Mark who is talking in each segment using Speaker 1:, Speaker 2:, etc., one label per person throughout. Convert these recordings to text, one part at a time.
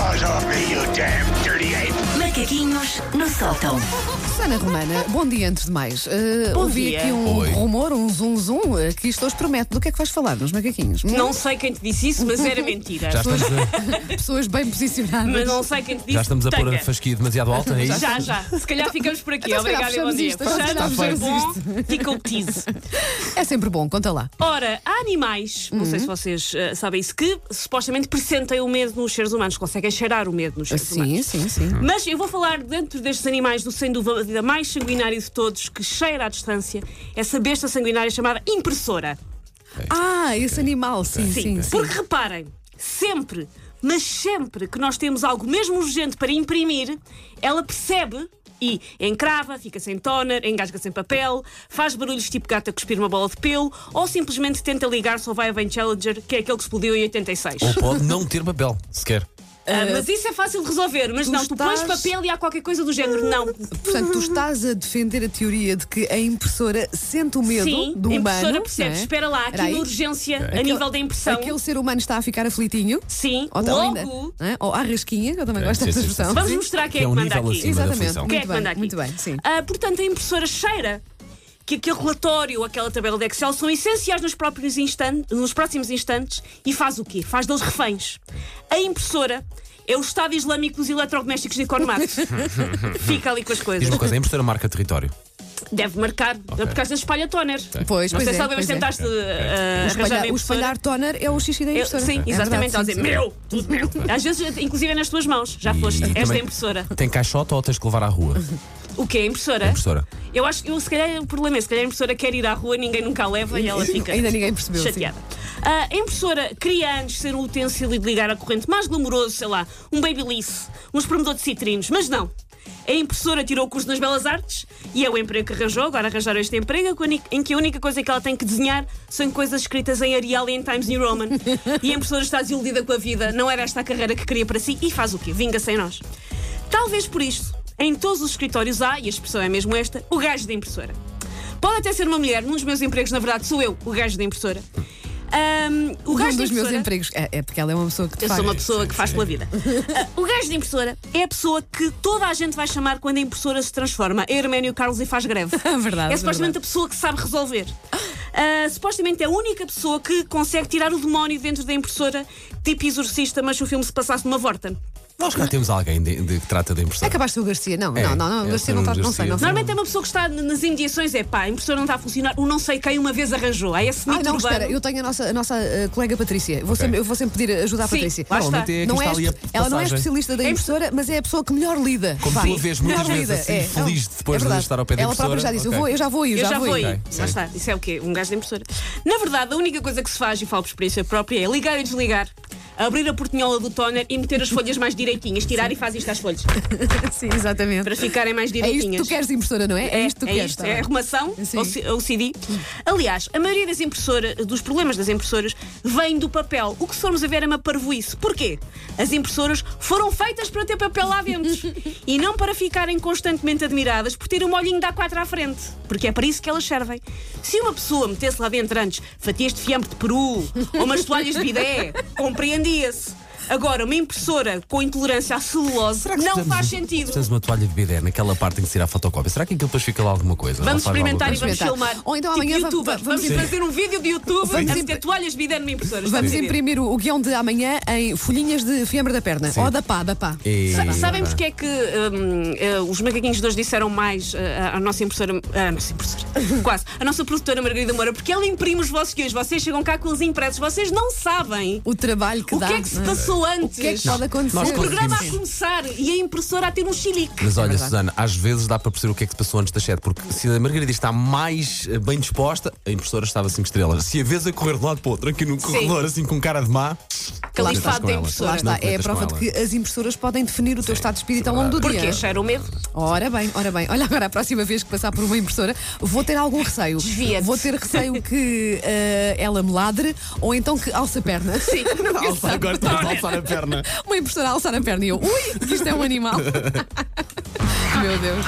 Speaker 1: You damn dirty ape!
Speaker 2: Macaquinhos no sótão.
Speaker 3: Sana Romana, bom dia antes de mais. Eh,
Speaker 4: Bom
Speaker 3: ouvi
Speaker 4: dia.
Speaker 3: aqui um
Speaker 5: Oi.
Speaker 3: rumor, um zum zum, eh, que isto hoje promete. Do que é que vais falar nos macaquinhos?
Speaker 4: Não sei quem te disse isso, mas era mentira.
Speaker 5: Já estamos a,
Speaker 3: Pessoas bem posicionadas.
Speaker 4: Mas não sei quem te disse.
Speaker 5: já estamos a pôr a
Speaker 4: Tanga.
Speaker 5: fasquia demasiado alta, é isso?
Speaker 4: Já, já. Se calhar ficamos por aqui.
Speaker 3: Então, se calhar
Speaker 4: Obrigada e
Speaker 3: fechamos
Speaker 4: bom dia.
Speaker 3: isto. Então, se
Speaker 4: Fechamos,
Speaker 3: calhar
Speaker 4: foi bom.
Speaker 3: fechamos
Speaker 4: Fica o tease.
Speaker 3: É sempre bom, conta lá.
Speaker 4: Ora, há animais, não
Speaker 3: Uhum.
Speaker 4: sei se vocês eh, sabem isso, que supostamente presentem o medo nos seres humanos, conseguem cheirar o medo nos seres
Speaker 3: Sim,
Speaker 4: humanos.
Speaker 3: sim, sim.
Speaker 4: Mas eu vou falar dentro destes animais do sem dúvida mais sanguinário de todos, que cheira à distância, essa besta sanguinária chamada impressora.
Speaker 3: Ah, esse animal, sim, sim, sim.
Speaker 4: Porque reparem, sempre, mas sempre que nós temos algo mesmo urgente para imprimir, ela percebe e encrava, fica sem toner, engasga sem papel, faz barulhos tipo gato a cuspir uma bola de pelo ou simplesmente tenta ligar-se ao Viavan Challenger, que é aquele que explodiu em 86.
Speaker 5: Ou pode não ter papel, sequer.
Speaker 4: Ah, mas isso é fácil de resolver, mas
Speaker 3: tu
Speaker 4: não, tu pões
Speaker 3: estás-
Speaker 4: papel e há qualquer coisa do género. Não.
Speaker 3: Portanto, tu estás a defender a teoria de que a impressora sente o medo
Speaker 4: Sim,
Speaker 3: do
Speaker 4: a
Speaker 3: humano.
Speaker 4: impressora
Speaker 3: não
Speaker 4: percebe,
Speaker 3: é?
Speaker 4: espera lá, aqui
Speaker 3: Espera aí. É.
Speaker 4: uma urgência a
Speaker 5: Aquele-
Speaker 4: nível da impressão.
Speaker 3: Aquele tá ser humano está a ficar aflitinho.
Speaker 4: Sim,
Speaker 3: Ou está
Speaker 4: logo
Speaker 3: ainda, não é? Ou à rasquinha, que eu também
Speaker 5: É,
Speaker 3: gosto
Speaker 5: sim,
Speaker 3: dessa
Speaker 5: sim, sim,
Speaker 3: expressão.
Speaker 5: sim.
Speaker 4: vamos
Speaker 3: Sim.
Speaker 4: mostrar quem
Speaker 5: Que
Speaker 4: é
Speaker 5: é
Speaker 4: que
Speaker 5: um
Speaker 4: manda
Speaker 5: nível
Speaker 4: aqui.
Speaker 5: acima.
Speaker 3: Exatamente.
Speaker 5: aflição.
Speaker 4: Quem é
Speaker 3: Muito
Speaker 4: que
Speaker 3: bem,
Speaker 4: manda aqui?
Speaker 3: muito bem, sim.
Speaker 4: Ah, portanto, a impressora cheira que aquele relatório, aquela tabela de Excel são essenciais nos, próprios instan- nos próximos instantes e faz o quê? Faz deles reféns. A impressora é o Estado Islâmico dos eletrodomésticos de Cormac. Fica ali com as
Speaker 5: Diz uma
Speaker 4: coisas.
Speaker 5: coisa, a impressora marca território.
Speaker 4: Deve marcar, porque às vezes espalha toner.
Speaker 3: Pois,
Speaker 4: Não
Speaker 3: pois é,
Speaker 4: sei se alguma vez
Speaker 3: pois é.
Speaker 4: tentaste uh,
Speaker 3: O
Speaker 4: arranjar
Speaker 3: espalhar,
Speaker 4: a
Speaker 3: o
Speaker 4: impressora.
Speaker 3: espalhar toner é o xixi da
Speaker 4: Eu-
Speaker 3: impressora.
Speaker 4: sim,
Speaker 3: É
Speaker 4: exatamente. Ela
Speaker 3: verdade,
Speaker 4: dizer,
Speaker 3: sim,
Speaker 4: meu, tudo meu. Às vezes, inclusive, é nas tuas mãos. Já foste.
Speaker 5: E
Speaker 4: Esta é
Speaker 5: também-
Speaker 4: impressora.
Speaker 5: Tem caixota ou tens que levar à rua?
Speaker 4: O que é impressora?
Speaker 5: Impressora.
Speaker 4: Eu acho que eu, se calhar o problema é se calhar a impressora quer ir à rua, ninguém nunca a leva e ela fica
Speaker 3: Ainda ninguém percebeu, sim.
Speaker 4: chateada. Ah, a impressora queria antes ser um utensílio de ligar a corrente mais glamouroso, sei lá, um babyliss, um espremedor de citrinos, mas não. A impressora tirou o curso nas belas artes e é o emprego que arranjou, agora arranjaram este emprego com a uni- em que a única coisa que ela tem que desenhar são coisas escritas em Arial e em Times New Roman. E a impressora está desiludida com a vida, não era esta a carreira que queria para si e faz o quê? Vinga sem nós. Talvez por isto, em todos os escritórios há, e a expressão é mesmo esta, o gajo da impressora. Pode até ser uma mulher, num dos meus empregos, na verdade, sou eu, o gajo da impressora. Ahm, o
Speaker 3: Um
Speaker 4: gajo
Speaker 3: dos
Speaker 4: da
Speaker 3: meus
Speaker 4: impressora-
Speaker 3: empregos. É, é porque ela é uma pessoa que de
Speaker 4: eu sou uma
Speaker 3: facto.
Speaker 4: pessoa que faz pela vida. Ah, o gajo de impressora é a pessoa que toda a gente vai chamar quando a impressora se transforma. É Herménio Carlos e faz greve.
Speaker 3: Verdade,
Speaker 4: É
Speaker 3: Ah, verdade.
Speaker 4: supostamente a pessoa que sabe resolver. Ah, supostamente é a única pessoa que consegue tirar o demónio dentro da impressora, tipo exorcista, mas se o filme se passasse numa vorta.
Speaker 5: Nós cá temos alguém de- de- que trata de
Speaker 3: É
Speaker 5: impressora.
Speaker 3: capaz de ser o Garcia. Não,
Speaker 5: É,
Speaker 3: não, não, não, o
Speaker 5: é,
Speaker 3: Garcia
Speaker 5: o
Speaker 3: não está. Não sei,
Speaker 5: Garcia.
Speaker 3: não sei.
Speaker 4: Normalmente é uma pessoa que está nas imediações, é pá, a impressora não está a funcionar, o não sei quem uma vez arranjou. Há esse
Speaker 3: Ah,
Speaker 4: mito
Speaker 3: não,
Speaker 4: urbano.
Speaker 3: espera, eu tenho a nossa, a nossa eh, colega Patrícia. Vou
Speaker 5: Ok.
Speaker 3: sempre, eu vou sempre pedir ajuda à
Speaker 4: Sim,
Speaker 3: Patrícia.
Speaker 4: lá está.
Speaker 5: Normalmente é a que
Speaker 3: Não
Speaker 5: está ali a
Speaker 3: espe- ela não é
Speaker 5: passagem.
Speaker 3: especialista da
Speaker 4: É
Speaker 3: impressora, mas é a pessoa que melhor lida.
Speaker 5: Como
Speaker 3: Vá.
Speaker 5: tu a vês muitas
Speaker 3: Melhor
Speaker 5: vezes assim,
Speaker 3: é,
Speaker 5: feliz
Speaker 3: não,
Speaker 5: depois
Speaker 3: é
Speaker 5: de
Speaker 3: verdade.
Speaker 5: estar ao pé da
Speaker 3: Ela própria já
Speaker 5: impressora,
Speaker 3: disse, eu,
Speaker 5: ok.
Speaker 3: vou, eu já vou ir,
Speaker 4: Eu já vou aí.
Speaker 5: Ok, sim.
Speaker 4: Já está. Isso é o quê? Um gajo da impressora. Na verdade, a única coisa que se faz, e falo por experiência própria, é ligar e desligar, abrir a portinhola do toner e meter as folhas mais direitinhas, tirar e fazer isto às folhas,
Speaker 3: Sim, exatamente.
Speaker 4: para ficarem mais
Speaker 3: É isto que
Speaker 4: direitinhas.
Speaker 3: tu queres de impressora, não é?
Speaker 4: É,
Speaker 3: isto que tu
Speaker 4: é
Speaker 3: queres.
Speaker 4: isto,
Speaker 3: tá
Speaker 4: é
Speaker 3: bem.
Speaker 4: arrumação
Speaker 3: Sim.
Speaker 4: ou ci- ou CD. Aliás, a maioria das impressoras, dos problemas das impressoras, vem do papel. O que se formos a ver é uma parvoíce. Porquê? As impressoras foram feitas para ter papel lá dentro e não para ficarem constantemente admiradas por ter um molhinho da A4 à frente, porque é para isso que elas servem. Se uma pessoa metesse lá dentro antes fatias de fiambre de peru ou umas toalhas de bidé, compreendia-se. Agora, uma impressora com intolerância à celulose
Speaker 5: Será que
Speaker 4: não
Speaker 5: precisamos-
Speaker 4: faz sentido.
Speaker 5: Precisamos de uma toalha de bidé naquela parte em que se tira a fotocópia. Será que aquilo depois fica lá alguma coisa?
Speaker 4: Vamos
Speaker 5: Ela faz alguma
Speaker 4: experimentar e vamos
Speaker 5: coisa?
Speaker 3: Experimentar.
Speaker 4: filmar.
Speaker 3: Ou então
Speaker 4: tipo
Speaker 3: amanhã va-
Speaker 4: youtuber.
Speaker 3: va- vamos
Speaker 4: vamos fazer um vídeo de YouTube
Speaker 3: Vamos
Speaker 4: a
Speaker 3: impre-
Speaker 4: meter toalhas de bidé numa impressora. Está
Speaker 3: Vamos
Speaker 4: a ver?
Speaker 3: imprimir o o guião de amanhã em folhinhas de fiambre da perna. Ou da pá, da pá.
Speaker 5: E-
Speaker 4: Sa- Sabem porque é que hum, eh, os macaquinhos de hoje disseram mais eh, à- à nossa impressora. à nossa impressora. quase. A nossa produtora Margarida Moura, porque ela imprime os vossos guiões. Vocês chegam cá com os impressos. Vocês não sabem
Speaker 3: O trabalho que
Speaker 4: o
Speaker 3: dá.
Speaker 4: que é que se
Speaker 3: não
Speaker 4: passou antes.
Speaker 3: O que é que pode acontecer?
Speaker 5: nós
Speaker 4: O programa a
Speaker 5: Conseguimos.
Speaker 4: começar e a impressora a ter um chilique.
Speaker 5: Mas olha,
Speaker 3: verdade.
Speaker 5: Susana, às vezes dá para perceber o que é que se passou antes da sede, porque se a Margarida está mais eh, bem disposta, a impressora estava 5 estrelas. Se a vez a correr de um lado para o outro, aqui num corredor assim com cara de má,
Speaker 4: Califado
Speaker 5: com
Speaker 4: da
Speaker 5: ela.
Speaker 4: impressora.
Speaker 3: Lá está,
Speaker 5: Não
Speaker 3: é a
Speaker 5: contas
Speaker 3: prova
Speaker 5: com
Speaker 3: de que as impressoras podem definir o teu estado de espírito ao longo do
Speaker 4: Porque
Speaker 3: dia.
Speaker 4: cheira o medo.
Speaker 3: Ora bem, ora bem. Olha, agora a próxima vez que passar por uma impressora, vou ter algum receio.
Speaker 4: Desvia-te.
Speaker 3: Vou ter receio que eh, ela me ladre ou então que alça a perna. Sim,
Speaker 5: alçar, gosta de alçar a perna.
Speaker 3: Uma impressora a alçar a perna e eu, ui, isto é um animal. Meu Deus.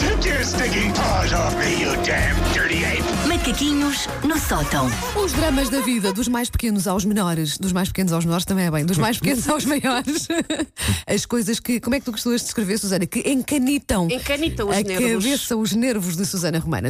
Speaker 1: Get your stinking paws off me, you damn dirty ape!
Speaker 2: Macaquinhos no sótão.
Speaker 3: Os dramas da vida, dos mais pequenos aos menores, dos mais pequenos aos menores também é bem, dos mais pequenos aos maiores. As coisas que, como é que tu costumas descrever, Susana? Que encanitam,
Speaker 4: Encanitam os
Speaker 3: a
Speaker 4: nervos.
Speaker 3: cabeça, os nervos de Susana Romana.